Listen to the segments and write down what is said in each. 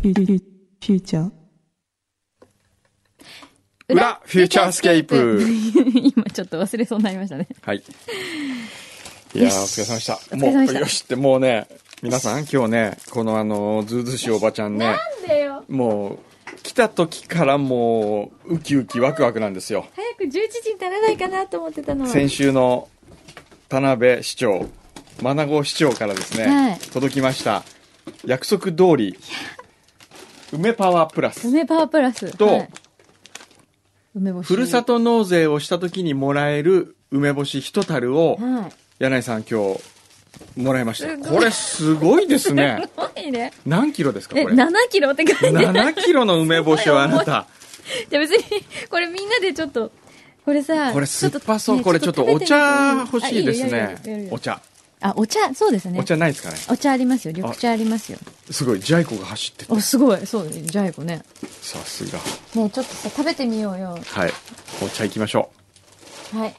future 裏フューチャースケープ。 今ちょっと忘れそうになりましたね。 はい。いやーよしお疲れ様でした。お疲もれ様でしう、たよしって、もうね、皆さん今日ね、このあの、ずうずうしいおばちゃんね、なんでよ。もう、来た時からもう、ウキウキワクワクなんですよ。早く11時にならないかなと思ってたの。先週の田辺市長、真子市長からですね、はい届きました。約束通り、梅パワープラス。梅パワープラス。とはい梅干し。ふるさと納税をした時にもらえる梅干し一樽を、はい。柳井さん今日もらいましすたごいこれすごいです ねすごいね。何キロですかえ、これ 7キロって書いてある。 7キロの梅干しをあなたじゃあ別に、これみんなでちょっと、これさ、これ酸っぱそう、ねこれちょっと食おべてみて茶欲しいですあよねよよよよお茶あ、お茶、そうですね。お茶ないですかねお茶ありますよ。緑茶ありますよ。すごいジャイコが走ってたお、すごい。そうね。ジャイコね。さすがねえちょっとさ、食べてみようよ。はいお茶行きましょはい。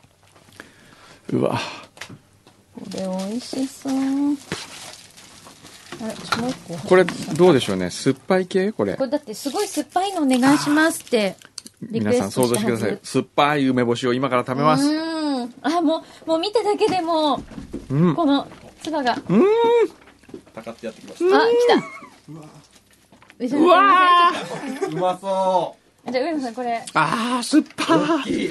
ううわこれ美味しそう。あれ、ちょもう一個。これどうでしょうね酸っぱい系これこれだってすごい酸っぱいのお願いしますって。リク皆エさんスト想像してください酸っぱい梅干しを今から食べますうーん。あ、もう、もう見ただけでもう、うんこの、つばが。あ、来たかってやってきましたた。うわーうまそじゃあ、上野さんこれ。あー酸っぱいういい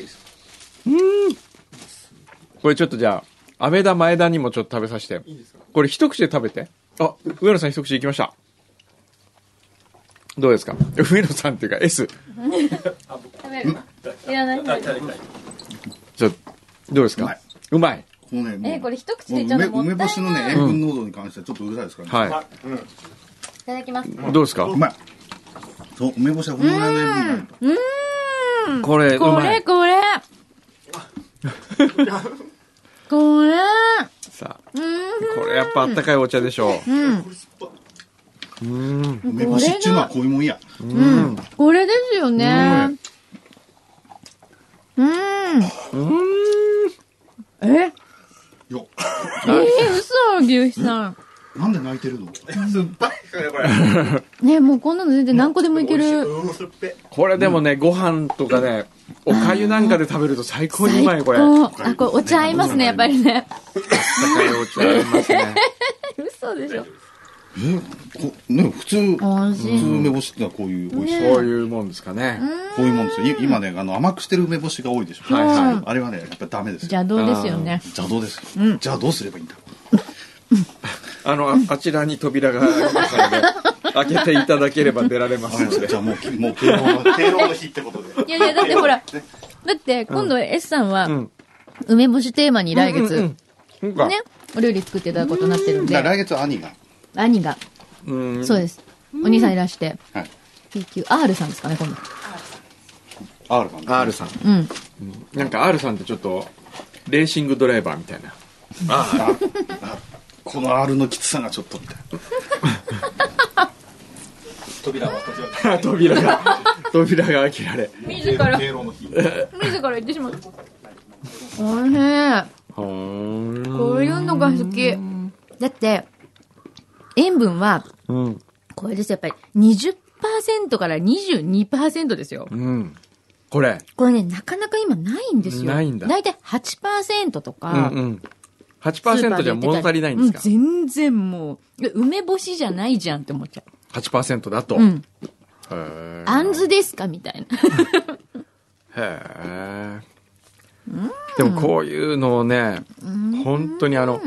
これちょっとじゃあ、アメダ前田にもちょっと食べさせて。これ一口で食べて。あ、上野さん一口いきました。どうですか上野さんっていうか S。食べるいらない。いただきたいちょどうですかううままいい。このねもうえーこれ一口もでうちょっ梅ともったいない梅干しのね塩分濃度に関してはちょっとうるさいですからね、はいただきます。うい。どうですかうまいそう梅干しは本物の塩分があるとーん。これ、うこまれ、い。これ。これ。さあ、うーん。これやっぱあったかいお茶でしょう。梅干しっちゅうのはこういうもんやうん。これですよね。うーん。えよえー、嘘牛肥さん。なんで泣いてるの酸っぱいこれねもうこんなの全然何個でもいける。うん酸っぱいこれでもね、ご飯とかね、おかゆなんかで食べると最高にうまい、これ。あっ高あ、これお茶合いますね、やっぱりね。たかいお茶合いますね。嘘でしょ。えこね普通美味しい普通梅干しってのはこういう美味しい、そういうもんですかね。こういうもんですよい今ねあの甘くしてる梅干しが多いでしょ、はいはいあれはねやっぱダメですよ邪道ですよね。邪道ですよ、じゃあどうすればいいんだあの、ああちらに扉がありますので、開けていただければ出られまわかすのりましたでじ。ゃあもうきもう敬老の敬老の日ってことでいやいや、だってほら、だって今度 S さんは、梅干しテーマに来月、ね、そうかお料理作っていただくことになってるんじゃあで、来月は兄が兄が、うんそうです。お兄さんいらして、はい PQR さんですかね、今度。 R さん R さん。うん。なんか R さんってちょっと、レーシングドライバーみたいな。ああこの R のきつさがちょっとみたいな 扉はこちら扉が、扉が開けられ。自ら、敬老の日自ら言ってしまった。おいしい。こういうのが好き。だって、塩分は、うん。これですよやっぱり20%から22%ですよ。うん。これ。これね、なかなか今ないんですよ。ないんだいたい8%とうんか、うん。スーパー8%でじゃ売ってた物り足りないんですかう全然もう、え梅干しじゃないじゃんって思っちゃ ?8% だと。う。うん。へーあんずですかみたいな。へえ。でもこういうのをね、本当にあの、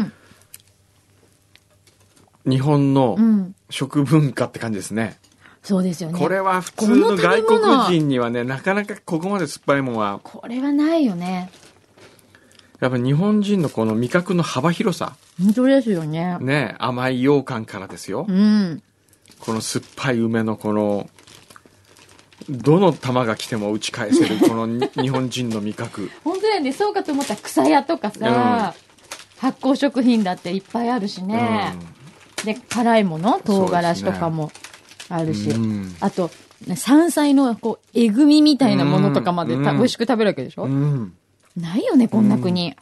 日本のうん。食文化って感じですね。そうですよね。これは普通の外国人にはね、なかなかここまで酸っぱいもんは、これはないよね。やっぱ日本人のこの味覚の幅広さ、本当ですよね。ね、甘い羊羹からですよう。ん。この酸っぱい梅のこの、どの玉が来ても打ち返 せる、このに日本人の味覚。本当だよねそうかと思ったら草屋とかさ、発酵食品だっていっぱいあるしね、で辛いもの唐辛子とかもあるし、うんあとね山菜のこうえぐみみたいなものとかまでた、うん美味しく食べるわけでしょ、うん。ないよねこんな国、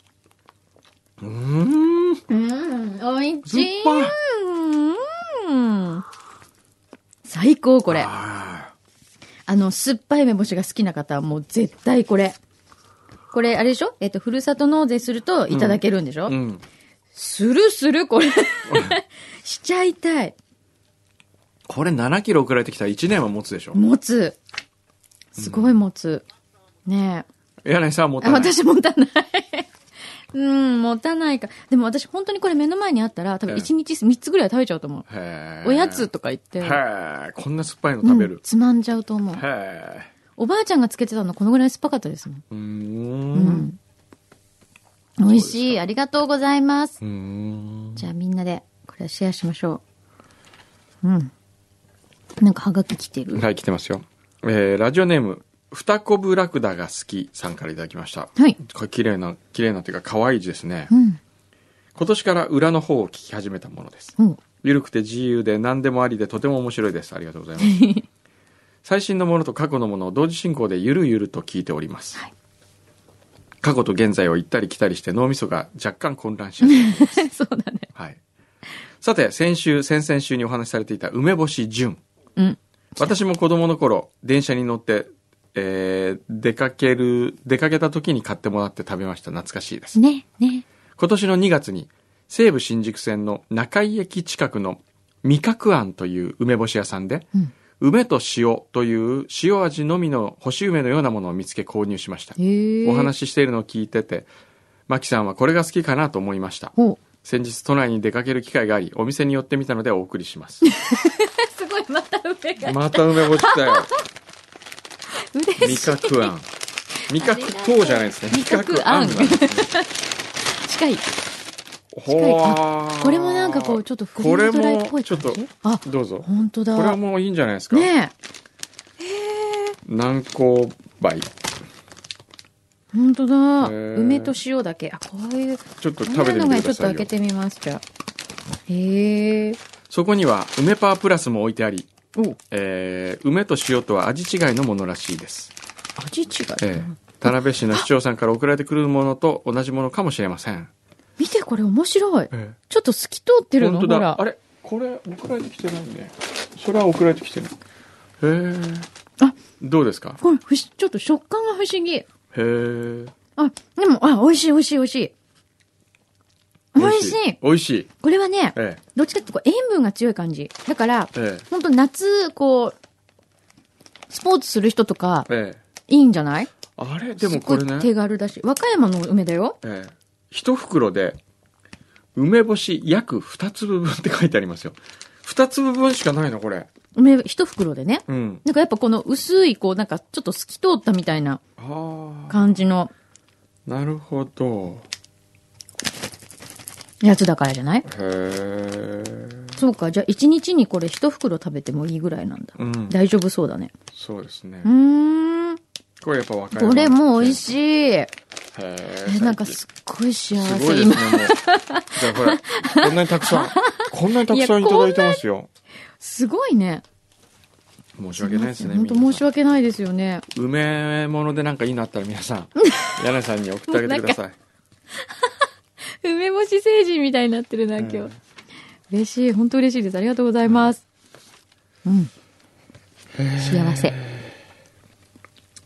うーんうん、美味しい。酸っぱいうん最高、これ。ああの、酸っぱい梅干しが好きな方はもう絶対これ。これ、あれでしょえっ、と、ふるさと納税するといただけるんでしょ、ーうんするする、これ。 しちゃいたい。これ7キロ送られてきたら1年は持つでしょ持つ。すごい持つ。ねえ。柳さんは持たあ、ない私持たない。 うん、持たないか。でも私本当にこれ目の前にあったら、多分1日3つぐらい食べちゃうと思う。へーおやつとか言って。へえこんな酸っぱいの食べうんる、つまんじゃうと思うへ。えおばあちゃんがつけてたのこのぐらい酸っぱかったですもん。ううーんん。美味しい。ありがとうございますう。ーんじゃあみんなでこれシェアしましょう。うん。なんかハガキ来てる。はい来てますよえーラジオネーム二コブラクダが好きさんからいただきましたはい。これ綺麗な綺麗なというか可愛い字ですねうん。今年から裏の方を聞き始めたものですうん。ゆるくて自由で何でもありでとても面白いですありがとうご ざいます最新のものと過去のものを同時進行でゆるゆると聞いております、はい過去と現在を行ったり来たりして脳みそが若干混乱しやすいです そうだね。はいさて先週先々週にお話しされていた梅干し純うん。私も子供の頃電車に乗って、えー出かける出かけた時に買ってもらって食べました懐かしいですね、ね。今年の2月に西武新宿線の中井駅近くの味覚庵という梅干し屋さんで、うん梅と塩という塩味のみの干し梅のようなものを見つけ購入しましたへーお。話ししているのを聞いてて牧さんはこれが好きかなと思いましたお先日都内に出かける機会がありお店に寄ってみたのでお送りしますすごい、また上が。 また梅干し だよ嬉しい。味覚庵味覚糖じゃないですね味覚庵味覚なんですね近い。いほーこれもなんかこう、ちょっとフリこれーズドライっぽもいちょ感っじ。とあ、どうぞ本当だ。これはもういいんじゃないですか、ねえ。南高梅本当だ。へえ梅と塩だけ。あ、こういう。ちょっとこん食なべてのがみてちょくだっとさ開いよけてみます、じゃあ。へえ。そこには梅パワープラスも置いてあり、おえー梅と塩とは味違いのものらしいです、味違い。えー田辺市の市長さんから送られてくるものと同じものかもしれません、見て、これ面白い。えちょっと透き通ってー、るの、本当ほだらあ。れこれ送られてきてないねそれは送られてきてないへえあどうですかこれ不思、ちょっと食感が不思議。へえあ、でも、あ、美味しい、美味しい、美味しい。美味しい。美味しいこれはね、えどっちかっていうとこう塩分が強い感じ。だから、ええほんと夏、こう、スポーツする人とか、えええいいんじゃないあれででもこれね手軽だし。和歌山の梅だよ。えー一袋で梅干し約2粒分って書いてありますよ2粒分しかないのこれ梅、一袋でね。うんなんかやっぱこの薄い、こう、なんかちょっと透き通ったみたいなああ感じのなるほどやつだからじゃないへえそうか。じゃあ一日にこれ一袋食べてもいいぐらいなんだ。うん大丈夫そうだね。そうですねうーん。これやっぱ若いこれも美味いしい。え、へえなんかすっごい幸すごいせ。です今、ねもうじゃあこれこんなにたくさんこんなにたくさんいただいてますよすごいね。申し訳ないですね本当皆申さし訳ないですよね。ん梅物でなんかいいのあったら皆さ ん柳さんに送ってあげてください梅干し成人みたいになってるな、今日。嬉しい。本当嬉しいです。ありがとうございます。うん。幸せ。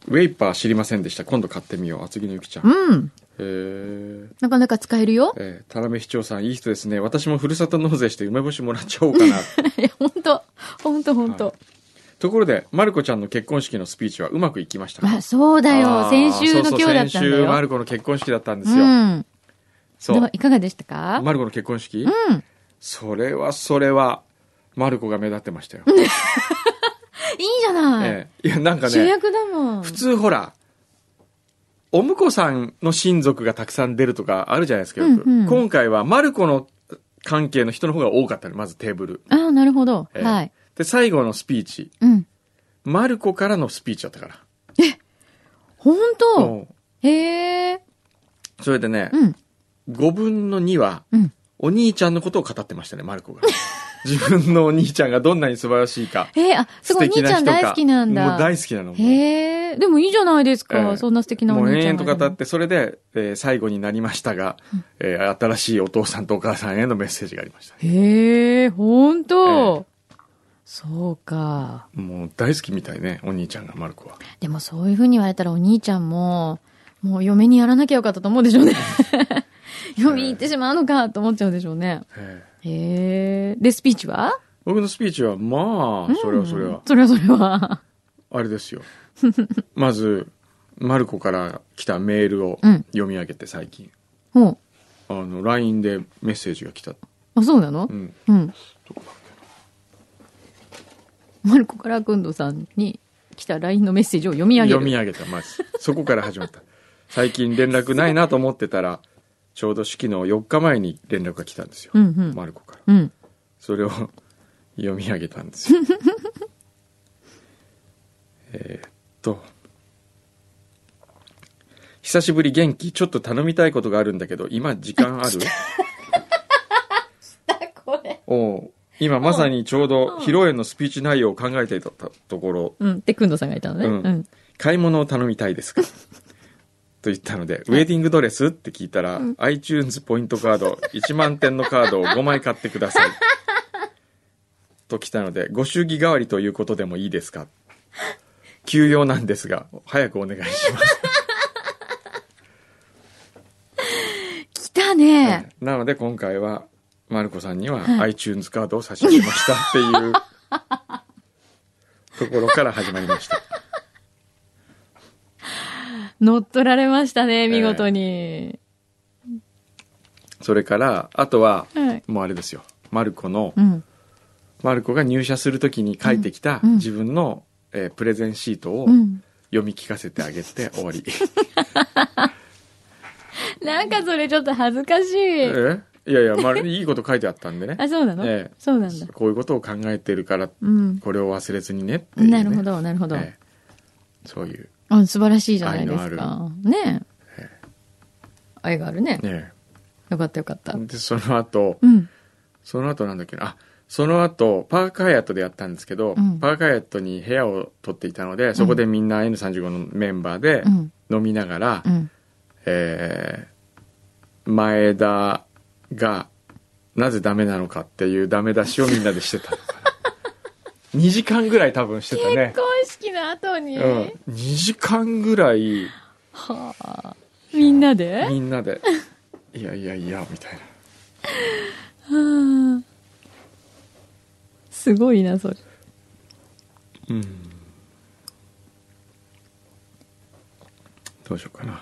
ウェイパー知りませんでした今度買ってみよう厚木のゆきちゃんへうん。えなかなか使えるよ。えー、田辺市長さん、いい人ですね。私もふるさと納税して梅干しもらっちゃおうか な。いや、本当本当本は当ところで、まる子ちゃんの結婚式のスピーチはうまくいきましたかあ、そうだよ。あー先週のそう今日そうだったんだ先週、まよ。る子の結婚式だったんですよ。うん。そどうう。いかがでしたかまる子の結婚式、うん。それはそれは、まる子が目立ってましたよ。いいじゃない。ええいや、なんか主ね、役だもん。普通ほら、お婿さんの親族がたくさん出るとかあるじゃないですか、よく。うんうん今回は、まる子の関係の人の方が多かったね、まずテーブル。ああ、なるほど。ええはい。で、最後のスピーチ、うん。マルコからのスピーチだったから。本当うんへえ。それでね、うん。 5分の2は、うん。 お兄ちゃんのことを語ってましたね、マルコが。自分のお兄ちゃんがどんなに素晴らしいか。えーあ、すごい、お兄ちゃん大好きなんだ。もう大好きなの。へえ、でもいいじゃないですか。ええそんな素敵なもおう延兄ちゃん々とが。語って、それで、えー最後になりましたが、えー新しいお父さんとお母さんへのメッセージがありました。へえ、ほんと、そうか。もう大好きみたいね、お兄ちゃんが、マルコは。でもそういう風に言われたらお兄ちゃんも、もう嫁にやらなきゃよかったと思うで しょうね。嫁に行ってしまうのかと思っちゃうでしょうね。ええへえ。で、スピーチは僕のスピーチは、まあ、それはそれは、それはそれは。あれですよ。 まず、マルコから来たメールをうん読み上げて、最近。もうあの、LINE でメッセージが来た。あ、そうなのうん。うん。マルコ・カラクンドさんに来た LINE のメッセージを読み上げる。読み上げた、まず。そこから始ま った。最近連絡ないなと思ってたら、ちょうど式の4日前に連絡が来たんですよ。うんうんマルコから。うん。それを読み上げたんですよ。 えーっと。久しぶり元気ちょっと頼みたいことがあるんだけど、今時間あるこれ。おう今まさにちょううんど披露宴のスピーチ内容を考えていたところ、うん。で、クンドさんがいたのね。う。うんん買い物を頼みたい ですかと言ったので、ウェディングドレスって聞いたら、iTunes ポイントカード1万点のカードを5枚買ってくだ さい。と来たので、ご祝儀代わりということでもいいですか休養なんですが、早くお願いし ます。来たね。なので今回は、マルコさんには iTunes カードを差し上げましたって いうところから始まりました。乗っ取られましたね、見事に。それから、あとは、はいもうあれですよ。マルコの、うん。マルコが入社するときに書いてきたうんうん自分の、えープレゼンシートをうん。読み聞かせてあげて終 わり。なんかそれちょっと恥ずかしい。えいやいや、まあ、いいこと書いてあったんでね。 あ、そうなの、ええそうなんだ。こういうことを考えてるから、うん。これを忘れずにねっていうねなるほど、なるほど。ええそういう。あ素晴らしいじゃないです愛かの。ねえ。愛があるね。ねよかったよかった。で、その後、うん。その後なんだっけな。あその後、パークハイアットでやったんですけど、うんパークハイアットに部屋を取っていたので、そこでみんな N35 のメンバーでうん飲みながら、うん。えー前田がなぜダメなのかっていうダメ出しをみんな でしてたのかな2時間ぐらい多分してたね結婚式の後に、うん、2時間ぐらいはあ、みんなでみんなで「いやいやいや」みたいなはあすごいなそれうんどうしようかな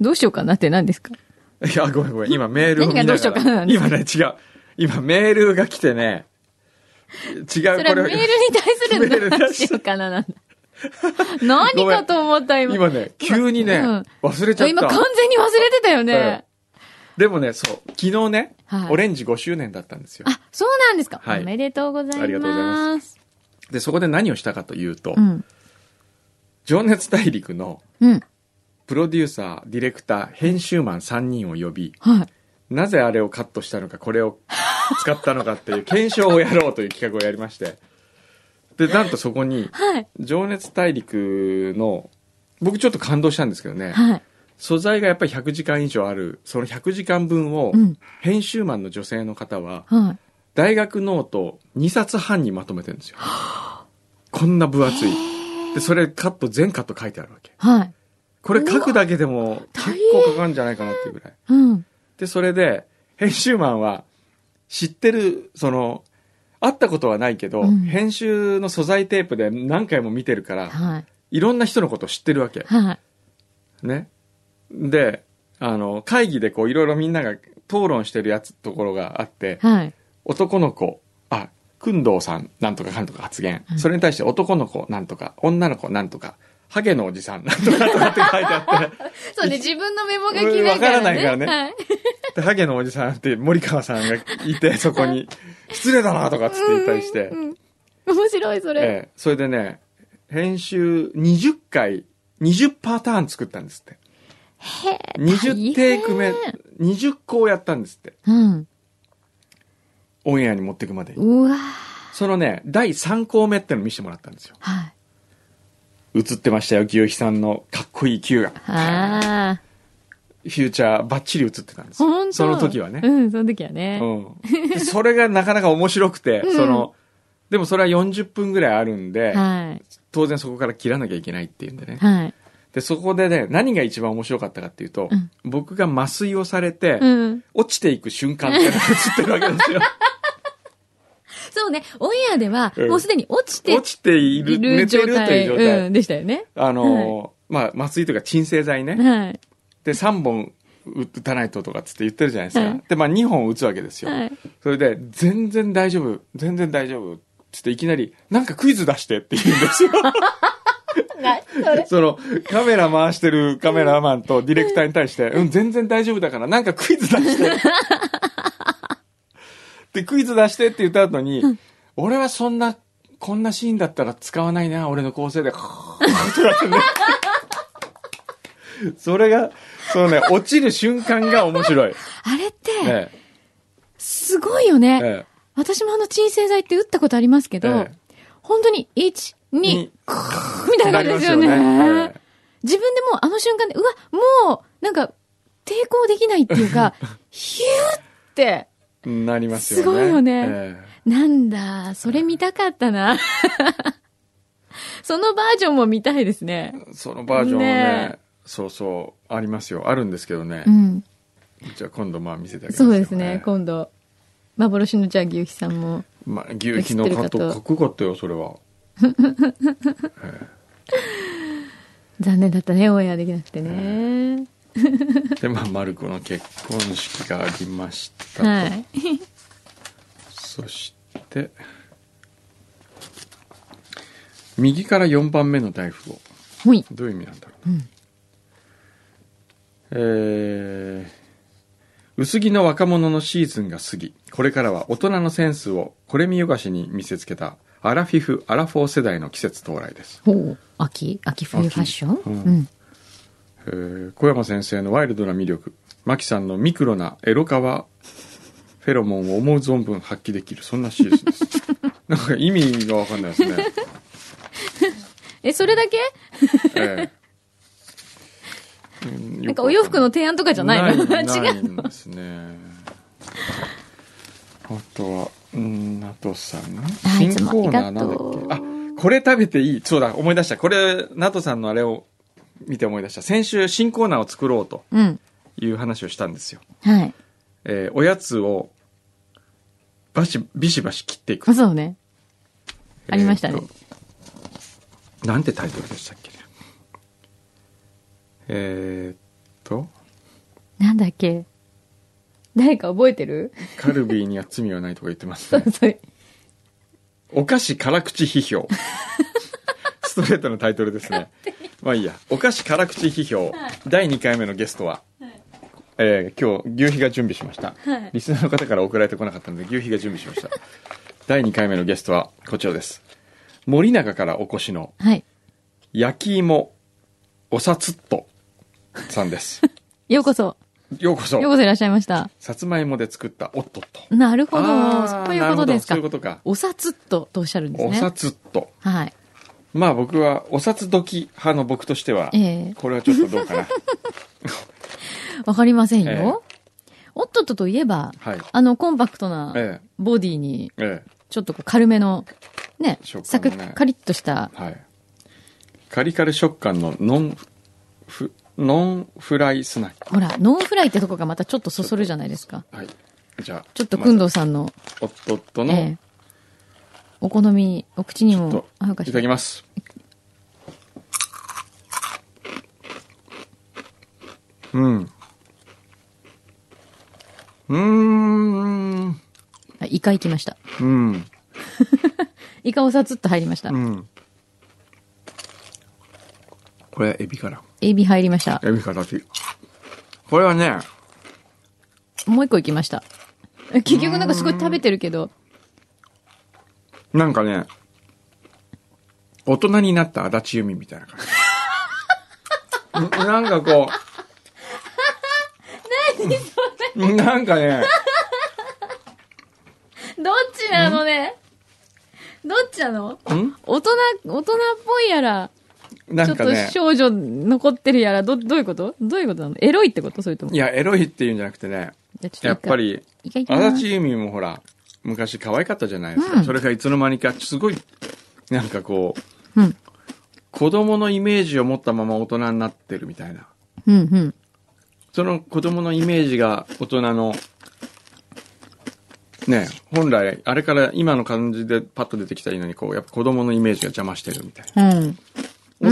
どうしようかなって何ですかいやごめんごめん今メールを見な何がどうしがようかなならんです今ね違う今メールが来てね違うそれはメールに対するのどうしようかな なんだ何かと思った今今ね、急にね、うん忘れちゃっ今完た。全に忘れてたよね、えでもね、そう、昨日ね、はいオレンジ5周年だったんですよ。あそうなんですか、はいおめでとうございますありがとうございまで、そこで何をしたかというと、うん情熱大陸のうんプロデューサー、ディレクター、編集マン3人を呼び、はいなぜあれをカットしたのか、これを使ったのかっていう検証をやろうという企画をやりまして、で、なんとそこに、はい情熱大陸の、僕ちょっと感動したんですけどね、はい素材がやっぱり100時間以上ある、その100時間分をうん、編集マンの女性の方は、はい大学ノート2冊半にまとめてるんですよ。こんな分厚い。で、それカット、全カット書いてあるわけ。はいこれ書くだけでも結構かかるんじゃないかなっていうぐらい。うんで、それで、編集マンは知ってる、その、会ったことはないけど、うん編集の素材テープで何回も見てるから、はいいろんな人のことを知ってるわけ。はいね。で、あの、会議でこういろいろみんなが討論してるやつ、ところがあって、はい男の子、あ、くんどうさん、なんとかかんとか発言う。んそれに対して男の子、なんとか、女の子、なんとか、ハゲのおじさん、なんとかとかって書いてあっそうね自分のメモ書きないからねわからないからねはいて、でハゲのおじさんって森川さんがいて、そこに、失礼だなとかっつって言ったりしてう、んうん面白いそれ、ええそれでね、編集20回、20パターン作ったんですって。へえ20テイク目大変、 20個をやったんですって。うん。オンエアに持っていくまでにうわーそのね第3項目ってのを見せてもらったんですよはい。映ってましたよ清日さんのかっこいい Q がああ。フューチャーバッチリ映ってたんですよ本当その時はねう、ん、その時はね。うんでそれがなかなか面白くて、うんそのでもそれは40分ぐらいあるんで、はい。当然そこから切らなきゃいけないっていうんでね、はい。でそこでね何が一番面白かったかっていうと、うん僕が麻酔をされて、うん。落ちていく瞬間っていうのが映ってるわけですよそうね、オンエアでは、うんもうすでに 落ちて落ちているいる寝て状るとい態う状態、うん、でしたよね。あのーまあ麻酔というか鎮静剤ね、はい。で3本打たないととかっつって言ってるじゃないですか、はいでまあ2本打つわけですよ、はい。それで全然大丈夫全然大丈夫っつっていきなりなんかクイズ出してって言うんですよな、それ。 そのカメラ回してるカメラマンとディレクターに対して「うん全然大丈夫だからなんかクイズ出して」 でクイズ出してって言った後に、俺はそんなこんなシーンだったら使わないな俺の構成で ってなってねそれがそのね落ちる瞬間が面白い、あれって、えすごいよねえ、え私もあの鎮静剤って打ったことありますけど、ええ本当に、1、2に、クーみたいえ、なな感じでりますすよよね。ね、ええ自分でもうあの瞬間で、うわ、もう、なんか、抵抗できないっていう か、ヒューって、なりますよね。すごいよねええなんだ、それ見たかったな。 そのバージョンも見たいですね。そのバージョンはねねそうそう、ありますよ。あるんですけどね。うん。じゃあ今度まあ見せてあげますそようですね、今度。幻のじゃあ、牛皮さんも。まあ、牛皮の映加って藤、るか方っこよかったよ、それは。残念だったね、オンエアできなくてね。で、まあ、マルコの結婚式がありましたと。はい。そして、右から4番目の大富豪。ほい。どういう意味なんだろうな、えー薄着の若者のシーズンが過ぎこれからは大人のセンスをこれ見よがしに見せつけたアラフィフアラフォー世代の季節到来です、ほう。秋秋冬秋ファッションうんうん。えー小山先生のワイルドな魅力マキさんのミクロなエロカワフェロモンを思う存分発揮できるそんなシーズンです なんか意味がわかんないですね、え、それだけえーうなんかお洋服の提案とかじゃないの な違いうんですねあとはうんあとさんい新つもコーナーありながんとだうっけあこれ食べていいそうだ思い出したこれナトさんのあれを見て思い出した先週新コーナーを作ろうとうん。いう話をしたんですよ、はい。えーおやつをバシビシバシ切っていくあ、そうね。ありましたねえーとなんてタイトルでしたっけねえーっとなんだっけ誰か覚えてるカルビーには罪はないとか言ってますそねう それ。お菓子辛口 批評ストレートのタイトルですねまあいいやお菓子辛口批評、第2回目のゲストは、えー今日牛皮が準備しました、はいリスナーの方から送られてこなかったので牛皮が準備しました第2回目のゲストはこちらです森永からお越しのはい。焼き芋おさつっとさんです ようこそ。ようこそようこそいらっしゃいました。さつまいもで作ったおっとっとなるほど。あーそういうことですかなるほどそういう。ことかお札ととおっしゃるんですおね。さつっとはい。まあ僕はお札時派の僕としては、ええこれはちょっとど うかなわかりませんよ。えおっとっとといえば、はいあの、コンパクトなえボディに、ええちょっとこう軽めの、ね、食サク感ねッ、カリッとした、えはいカリカリ食感のノンフノンフライスナックほら、ノンフライってとこがまたちょっとそそるじゃないですか。はいじゃあちょっと、くんまどうさんの、ずおっとっとの、ええお好み、お口にちょもっと合うかいたしだらき。ますうんうーんあイカ行きました。うんイカお札っと入りましたう。んこれエビかなエビ入りました。エビかだしこれはねもう一個行きました。結局なんかすごい食べてるけど、なんかね大人になった足立由美みたいな感じ んなんかこ う何それなんかねどちなのねどっちなのん大人、大人っぽいやら、なちょんっかとね少女残ってるやら、ど、どういうことどういうことなのエロいってことそれとも。いやエロいっていうんじゃなくてねじゃあちょと一回やっぱ。り一回行きま足す立由美もほら昔可愛かったじゃないですか、それがいつの間にかすごいなんかこううん。子供のイメージを持ったまま大人になってるみたいなうん、うん。その子供のイメージが大人の、ねえ、本来、あれから今の感じでパッと出てきたらいいのに、こう、やっぱ子供のイメージが邪魔してるみたいな。うん。うん夫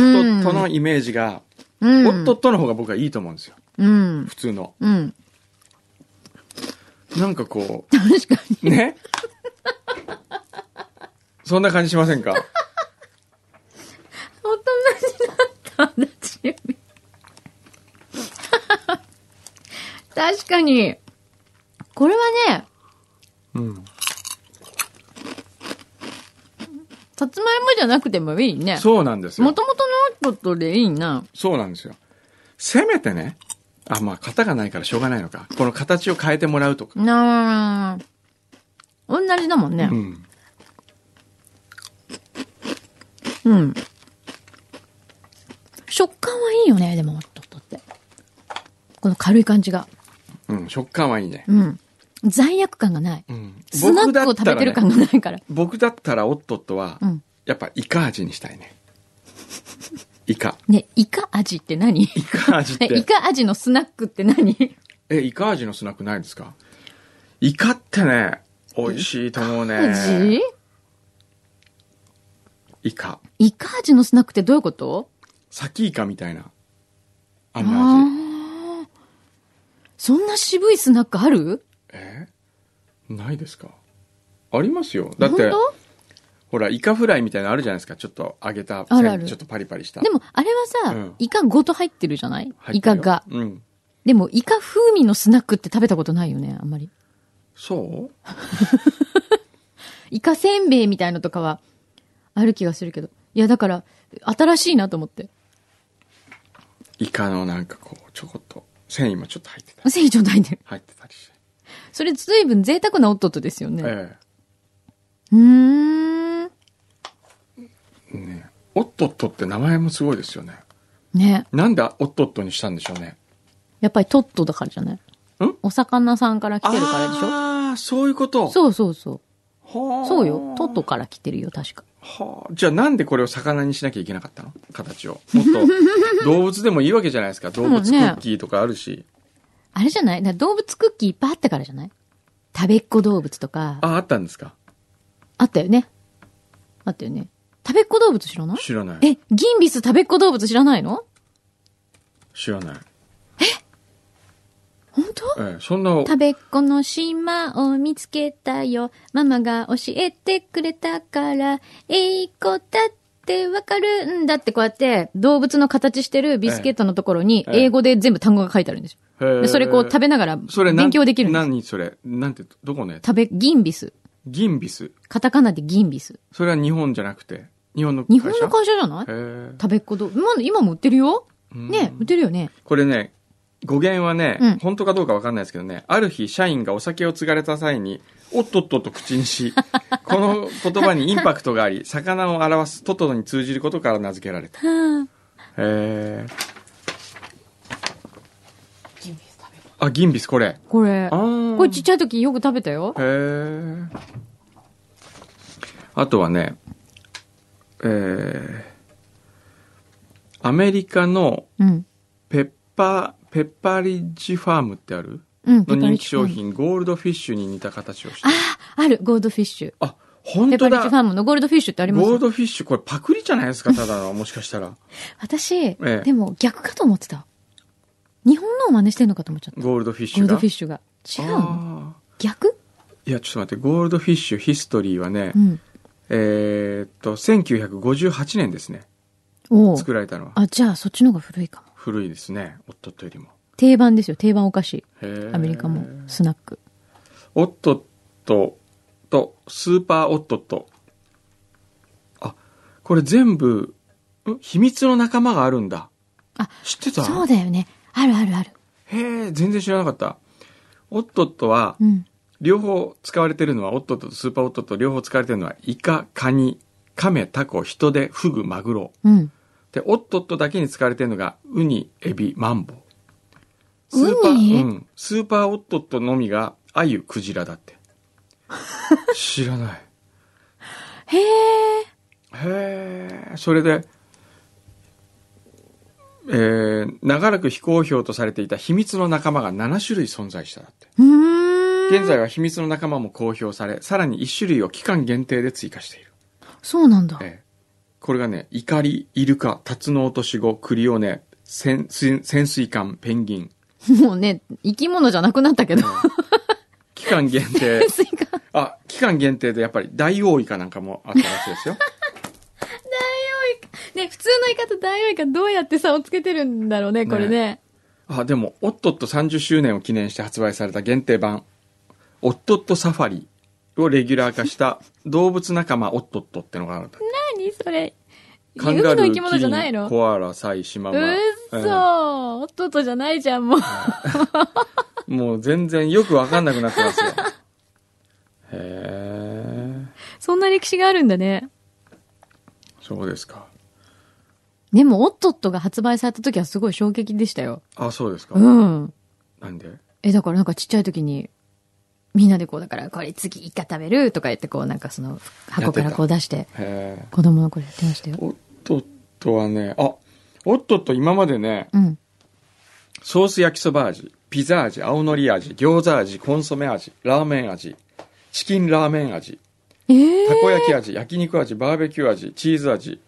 とのイメージが、うん。夫との方が僕はいいと思うんですよ。うん。普通の。うん。なんかこ確かに。う、ねそんな感じしませんか大人になった足立由美。 確かに。これはね、うん。さつまいもじゃなくてもいいね。そうなんですもよ。ともとのことでいいな。そうなんですよ。せめてね、あ、まあ型がないからしょうがないのか。この形を変えてもらうとか。なあ。同じだもんねう。ん。うん。食感はいいよね、でも、とっとって。この軽い感じが。うん、食感はいいね。うん。罪悪感がない。うんスナックを食べてる感がないから。僕だったら、オットットは、うんやっぱイカ味にした いね。イカ。ね、イカ味って何イカ味っえ、イて。カ味のスナックって何え、イカ味のスナックないですかイカってね、美味しいと思うね。味イカ。イカ味のスナックってどういうことサキイカみたいな。ああんな味。あー。そんな渋いスナックあるえないですかありますよ。だって、本ほら、イカフライみたいなのあるじゃないですか。ちょっと揚げた、あるあるちょっとパリパリした当で。も、あれはさ、うんイカごと入ってるじゃない入イってるカよが。うん。でも、イカ風味のスナックって食べたことないよね、あんまり。そうイカせんべいみたいのとかはある気がするけど。いや、だから、新しいなと思って。イカのなんかこう、ちょこっと、繊維もちょっと入ってたり。繊維ちょうだいね。入ってたりして。それ、ずいぶん贅沢な夫とですよね。えうーん。え。ねオットットって名前もすごいですよね。ね。なんでオットットにしたんでしょうね。やっぱりトットだからじゃないんお魚さんから来てるからでしょああ、そういうこと。そうそうそう。はあそうよ。トット。から来てるよ、確か。はあ。じゃあなんでこれを魚にしなきゃいけなかったの形を。もっ と、動物でもいいわけじゃないですか。動物クッキーとかあるし。あれじゃないだから動物クッキーいっぱいあったからじゃない食べっ子動物とか。あ、あったんですかあったよね。あったよね。食べっ子動物知らない知らない。え、ギンビス食べっ子動物知らないの知らない。本当ええ、そんな、食べっ子の島を見つけたよ。ママが教えてくれたから、えい子だってわかるんだってこうやって、動物の形してるビスケットのところに、ええ英語で全部単語が書いてあるんですよ。へえでそれこう食べながらそれ勉強できるんです。何それなんて、どこのやつ食べ、ギンビス。ギンビス。カタカナでギンビス。それは日本じゃなくて、日本の会日社本の会社じゃないへ食べっ子動物。まだ今も売ってるよえうんね売ってるよね。これね、語源はね、うん本当かどうかわかんないですけどね、ある日社員がお酒を継がれた際に、おっとっとと口に し、この言葉にインパクトがあり、魚を表すトトロに通じることから名付けられた。はへえ。あ、ギンビスこれ。あこれあ。ーこれちっちゃい時よく食べたよ。へえ。あとはね、えー、アメリカのうん。ペッパー、ペッパリッジファームってあるうん。のペパリ人ッ気チ商品、ゴールドフィッシュに似た形をしてある。あ、ある、ゴールドフィッシュ。あ、本ペパ当リッチだファームのゴールドフィッシュってありますゴールドフィッシュ、これパクリじゃないですか、ただの、もしかし たら。私、えでも逆かと思ってた。日本のを真似してんのかと思っちゃった。ゴゴールドフィッシーュルが。ドフィッシュが。違うのあ逆ーいや、ちょっと待って、ゴールドフィッシュヒストリーはね、うん。えーっと、1958年ですね。おう作られたのは。あ、じゃあそっちの方が古いかも。古いですね、おっとっとよりも。定番ですよ、定番お菓子。へーアメリカも、スナック。オットットとスーパーオットットあこれ全部ん秘密の仲間があるんだあ知ってたそうだよね。あるあるある。へえ全然知らなかったオットットはうん。両方使われてるのは、オットとスーパーオットと両方使われてるのは、イカ、カニ、カメ、タコ、ヒトデ、フグ、マグロ。うん。で、オットットだけに使われてるのが、ウニ、エビ、マンボウ。ウスニーパー、うん。スーパーオットットのみが、アユ、クジラ だって。知らない。へえ。へえ、それで、えー長らく非公表とされていた秘密の仲間が7種類存在しただって。うーん。現在は秘密の仲間も公表され、さらに1種類を期間限定で追加している。そうなんだ。ええこれがね、イカリ、イルカ、タツノオトシゴ、クリオネ、潜水潜水艦、ペンギン。もうね、生き物じゃなくなったけど。。期間限 定スイカ。あ、期間限定でやっぱり大王イカなんかもあったらしいで すよ。ね、普通のイカとダイオウイカどうやって差をつけてるんだろうね、これね。あ、でも、オットット30周年を記念して発売された限定版、オットットサファリをレギュラー化 した動物仲間オットットってのがあるんだ。何それ。カ海ンガルの生ー、き物じゃないキリン、のコアラ、サイ、シマうウマ。っそえー。おっとっとじゃないじゃん、もう。えもう全然よくわかんなくなってますよ。へえ、そんな歴史があるんだね。そうですか。でも、オットットが発売された時はすごい衝撃でしたよ。あ、そうですか。うん。なんでえ、だからなんかちっちゃい時に、みんなでこう、だから、これ次イカ食べるとか言って、こう、なんかその、箱からこう出して、へえ。子供の頃やってましたよ。オットットはね、あ、オットット今までね、うん。ソース焼きそば味、ピザ味、青のり味、餃子味、コンソメ味、ラーメン味、チキンラーメン味、えー、たこ焼き味、焼肉味、バーベキュー味、チーズ味、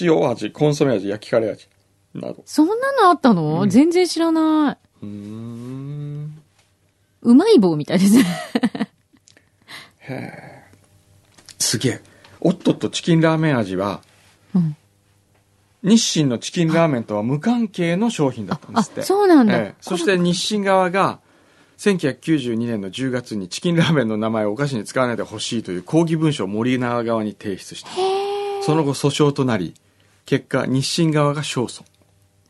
塩味、コンソメ味、焼きカレー味、など。そんなのあったの、うん全然知らないうーん。うまい棒みたいですね。すげえ。おっとっとチキンラーメン味は、うん日清のチキンラーメンとは無関係の商品だったんであ、すって。そうなんだ。ええそして日清側が、1992年の10月にチキンラーメンの名前をお菓子に使わないでほしいという抗議文書を森永側に提出した。その後訴訟となり、結果日清側が勝訴。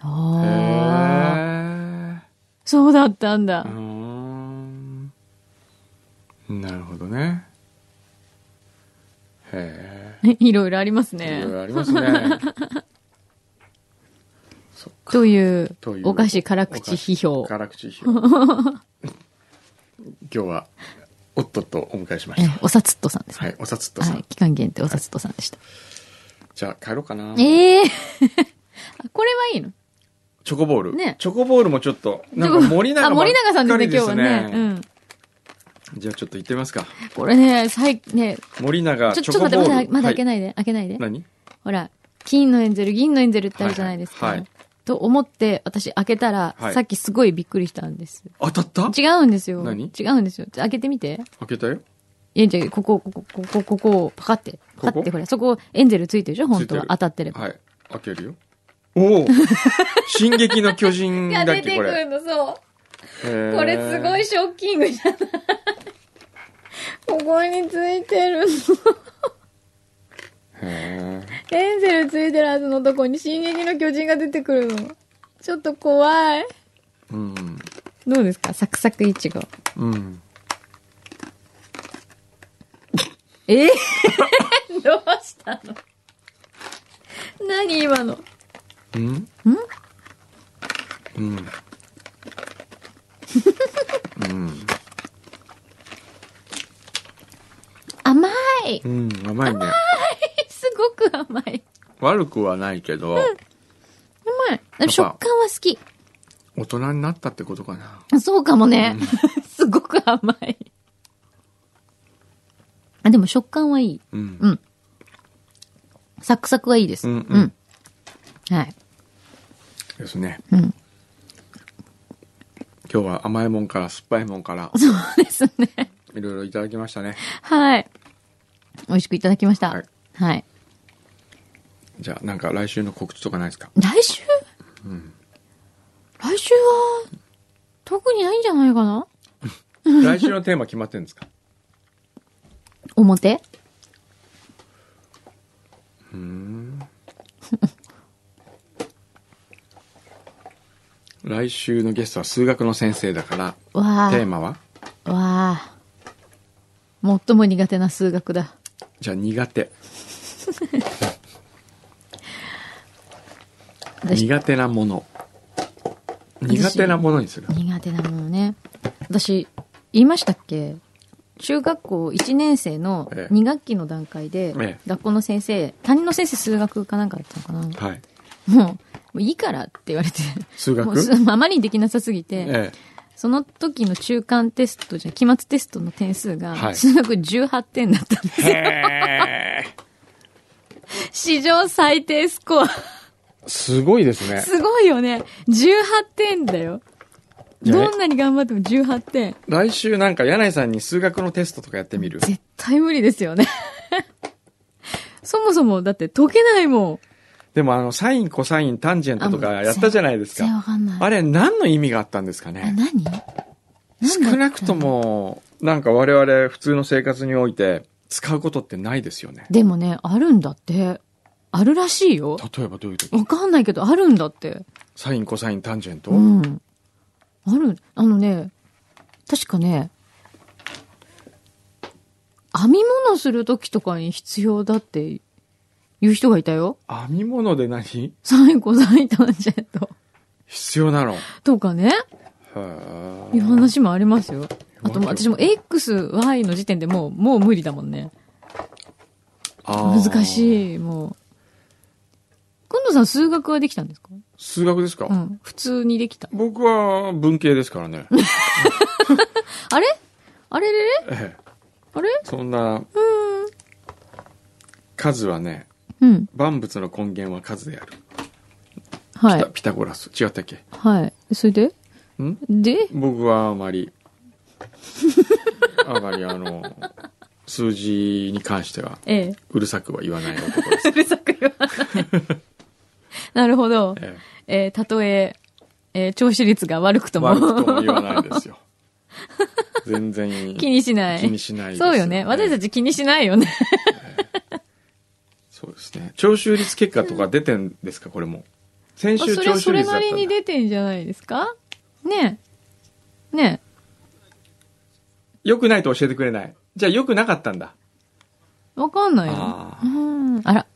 ああ。へそうだったんだ。ーうーんなるほどね。へ いろいろありますえ。いねろい。ろありますね。そっ かというとい、うお菓子辛口批評お菓子。辛口批評 今日はおっとっとお迎えしまえしたおさつっとさんですはね。いおさつっとはさい。ん、期間限定おさつっとさんでした。じゃあ帰ろうかなええー。 あこれはいいのチョコボール、ねチョコボールもちょっとなんか森あ、永ばっかり森永さんですね、今日はね。うねん。じゃあちょっと行ってみますかこれね、最、ね、森永ちょ、チちょョっとコボール待って、まだ、まだ開けない、ないで、開けないではい、。何ほら、金のエンゼル、銀のエンゼルってあるじゃないですか。はいはいはいと思って、私開けたら、はいさっきすごいびっくりしたんです。当たった違うんですよ。何違うんですよ。開けてみて。開けたよいや、じゃあここ、ここ、ここ、ここをパカって、パカっここて、ほら、そこ、エンゼルついてるでしょ本当ついてはる。当たってれば。はい開けるよお お進撃の巨人だっけこれの、そう。こいいショッキングじゃないここについてるエンゼルついてるはずのとこに進撃の巨人が出てくるの。ちょっと怖い。うんどうですかサクサクイチゴ。うん えどうしたの何今のうんうん甘いうん甘いねすごく甘い。悪くはないけど、甘い。でも食感は好き。大人になったってことかなそうかもね。 すごく甘い。あ、でも食感はいい。うんうん。サクサクはいいです。うんううんん。はい。ですねうん。今日は甘いもんから酸っぱいもんからそうですね。いろいろいただきましたねはい。美味しくいただきました。ははいい。はい、じゃあなんか来週の告知とかないですか来週、来週は、特にないんじゃないかな来週のテーマ決まってるんですか表来週のゲストは数学の先生だからわあ。テーマはわあ。最も苦手な数学だ。じゃあ苦手私、苦手なもの苦手なものにする苦手なものね。私、言いましたっけ中学校1年生のええ2学期の段階でええ、学校の先生、担任の先生数学かなんかだったのかはいなもう、もういいからって言われて。数も学うすあまりにできなさすぎて、えその時の中間テストじゃ、期末テストの点数はが、い数学18点だったん です。えへー史上最低スコア。すごいですねすごいよね。18点だよ。いやどんなに頑張っても18点。来週なんか柳井さんに数学のテストとかやってみる絶対無理ですよね。 そもそも、だって解けないもでもあのサインコサインタンジェンん。トとかやったじゃないです全然かわかんない。あれ何の意味があったんですかあね何少なくと。だったのもなんか我々普通の生活において使うことってないですよねでもね、あるんだって。あるらしいよ。例えばどういう時わかんないけど、あるんだって。サインコサインタンジェント、うん。ある、あのね、確かね、編み物するときとかに必要だって言う人がいたよ。編み物で何サイコサイタンジェント必要なのへとかね、いうー話もありますよ。あともうわけ私も XY の時点でもう、もう無理だもんね。難いしい、もう。今度さん数学はできたんですか数学ですか、うん。普通にできた。僕は文系ですからね、あれあれれれええあれそんな数はねうん。万物の根源は数である、はピタい。ピタゴラス違ったっけはい。それでんで僕はあまりあまりあの数字に関してはええ。 うるさくは言わない男です、うるさく 言わない。なるほど。ええーたとえ、えー聴取率が悪くえ、とも。悪くとも言わないですよ全 然気にしない。気にしないですそうよね。私たち気にしないよね。そうですね徴収率結果とか出てんですかこれも先週そ徴れ、収それ率だなったりにんだ出てんじゃないですかねえ。ね良くないと教えてくれないじゃあ良くなかったんだえ。わかんないよ。あうあん。あら。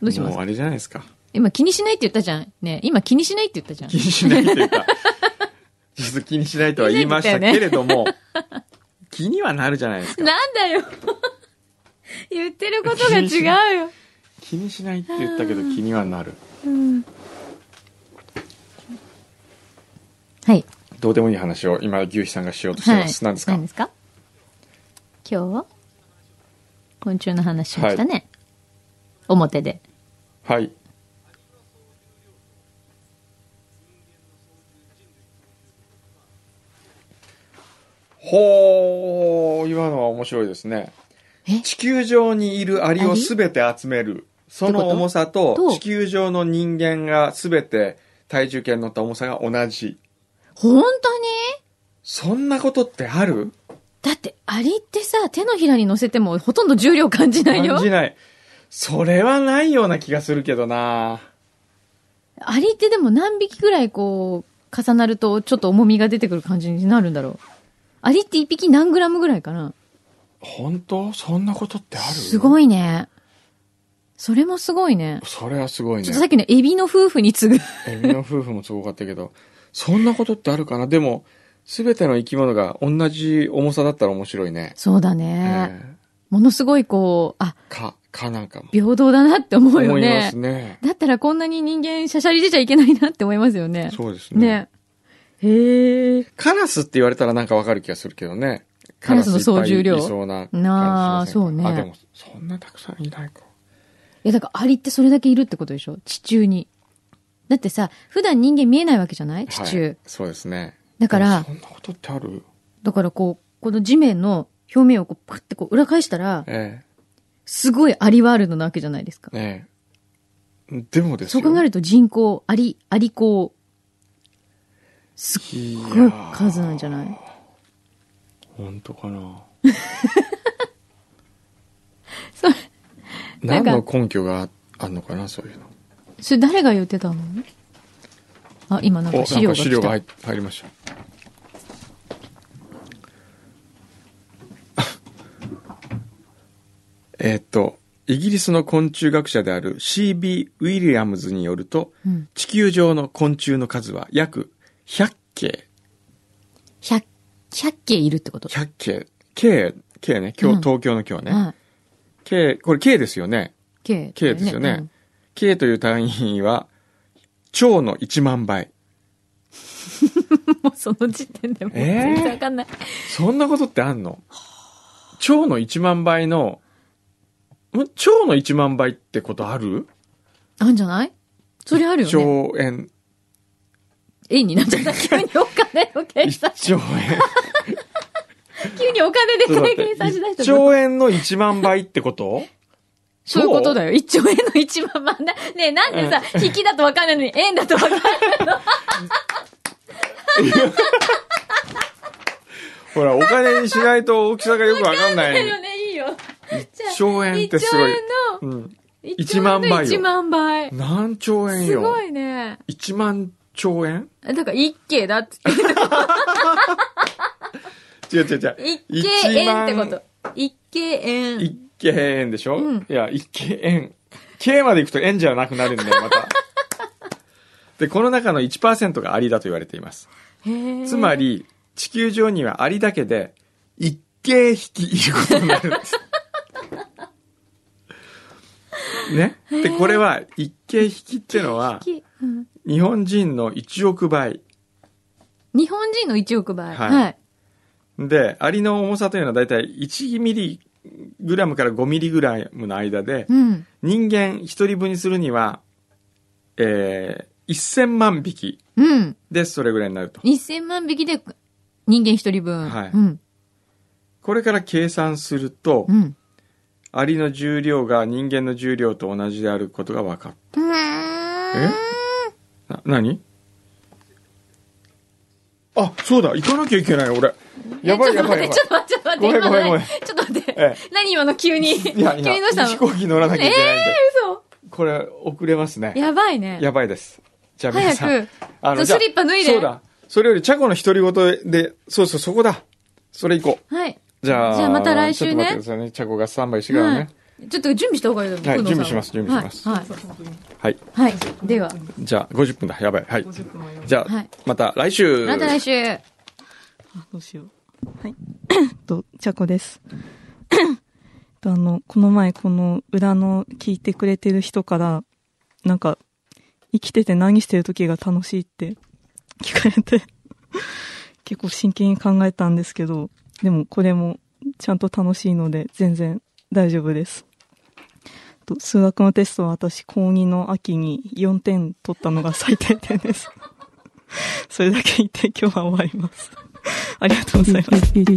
どうしまもすうあれじゃないですか今気にしないって言ったじゃん。ねえ今気にしないって言ったじゃん気。にしないというかちょっと気にしないとは言いましたけれども、気にはなるじゃないですかなんだよ 言ってることが違うよ。気にしないって言ったけど気にはなるうん。はい。どうでもいい話を今牛肥さんがしようとしてます、何ですか何ですか今日は昆虫の話しましたね。表で。はいほー今のは面白いですねえ地球上にいるアリを全て集めるその重さどとう地球上の人間が全て体重計に乗った重さが同じ本当にそんなことってあるだって、アリってさ、手のひらに乗せてもほとんど重量感じないよ感。じないそれはないような気がするけどなアリってでも何匹ぐらいこう、重なるとちょっと重みが出てくる感じになるんだろう。アリって一匹何グラムぐらいかな本当そんなことってあるすごいね。それもすごいね。それはすごいねちょっとさっきのエビの夫婦に次ぐ。 エミの夫婦もすごかったけど、そんなことってあるかなでも、すべての生き物が同じ重さだったら面白いね。そうだね。えものすごいこう、あ、ー、か、かなんかも。平等だなって思うよ思いまねす。ね。だったらこんなに人間しゃしゃり出ちゃいけないなって思いますよね。そうですね。ね。へえ。カラスって言われたらなんかわかる気がするけどね。カラスの総重量カラスいっぱいいそうな感じしなあませんかそうねあ、でも、そんなたくさんいないいか。や、だからアリってそれだけいるってことでしょ地中に。だってさ、普段人間見えないわけじゃない地中。はい。そうですね。だからでも、そんなことってあるだからこう、この地面の表面をこう、パッてこう裏返したら、えすごいアリワールドなわけじゃないですかえ。。ええ。でもですそうよ。考えると人口、アリ、アリ口、すっいやごいー数なんじゃない本当かな そうなん何かの根拠があんのかなそういうのそれ誰が言ってたのあ、今なんか資料おが資来料がた入。っ入りました えーっと、イギリスの昆虫学者である C.B. ウィリアムズによると、うん地球上の昆虫の数は約100系。 100、100系いるってこと。 100系。K、K ね。今日、うん東京の今日ね。はい。 K、これ K ですよね。 K。 K ですよね。K という単位は、腸の1万倍。うんもうその時点でもうえー全然わかんない。そんなことってあんの腸の1万倍の、ん腸の1万倍ってことあるあんじゃないそれあるよ兆ね。円。絵になっちゃった。急にお金の計算、 1兆円。 急にお金でちょっと待計算しだっ。してた1ぞ。兆円の1万倍ってことそういうことだよ。一兆円の一万万だ。ねえ、なんでさ、引きだとわかんないのに、円だとわかんない。ほら、お金にしないと大きさがよくわかんない。よね、いいよ。じゃあ1兆円ってすごい。一う兆円ん。の、一1万倍よ一万倍。何兆円すよ。ごいね。 1万兆円だから、一軒だっつって。違う違う違う。一軒円ってこと。一軒円。一軒円でしょ、うんいや、一軒円。K まで行くと円じゃなくなるんだよ、また。で、この中の1%がアリだと言われています。へえつま、り、地球上にはアリだけで、一軒引きいることになるん です。ね。で、これは、一軒引きってのは、きうん日本人の1億倍。日本人の一億倍。はいはい。で、アリの重さというのはだいたい1ミリグラムから5ミリグラムの間で、うん。人間一人分にするには、えー、1000万匹うん。でそれぐらいになると。 1000万匹で人間一人分。はいうん。これから計算するとう、ん。アリの重量が人間の重量と同じであることが分かっうーんえた。な、何あ、そうだ、行かなきゃいけない、俺。やばいちょっとやば待っいやて、ちょっと待って、ちょっと待って。ごめんごめんご今めん何ちょっと待って。え何今の急に。急にどばうい。した飛の行機乗らなきゃいけないんで。嘘。これ、遅れますね。やばいね。やばいです。じゃあ皆早さん。く。あスリッパ脱いでそうだ。それより、チャコの独り言で、そうそう、そこだ。それ行こう。はい。じゃあ、じゃあまた来週ねちょっと待ってくださいね。チャコがスタンバイしてからね。はい。ちょっと準備した方がいいと思うはい工藤さん準備します準備しますはい。はい。はいはいでは、じゃあ、50分だ。やばい。はい。じゃあ、はいまた来週。また来週。あどうしよう。はい。 えっと、ちゃこです。 えっとあの、この前、この裏の聞いてくれてる人から、なんか、生きてて何してる時が楽しいって聞かれて、 結構真剣に考えたんですけど、でもこれもちゃんと楽しいので、全然大丈夫です。えっと数学のテストは私、高2の秋に4点取ったのが最低点です。それだけ言って今日は終わります。ありがとうござい ます。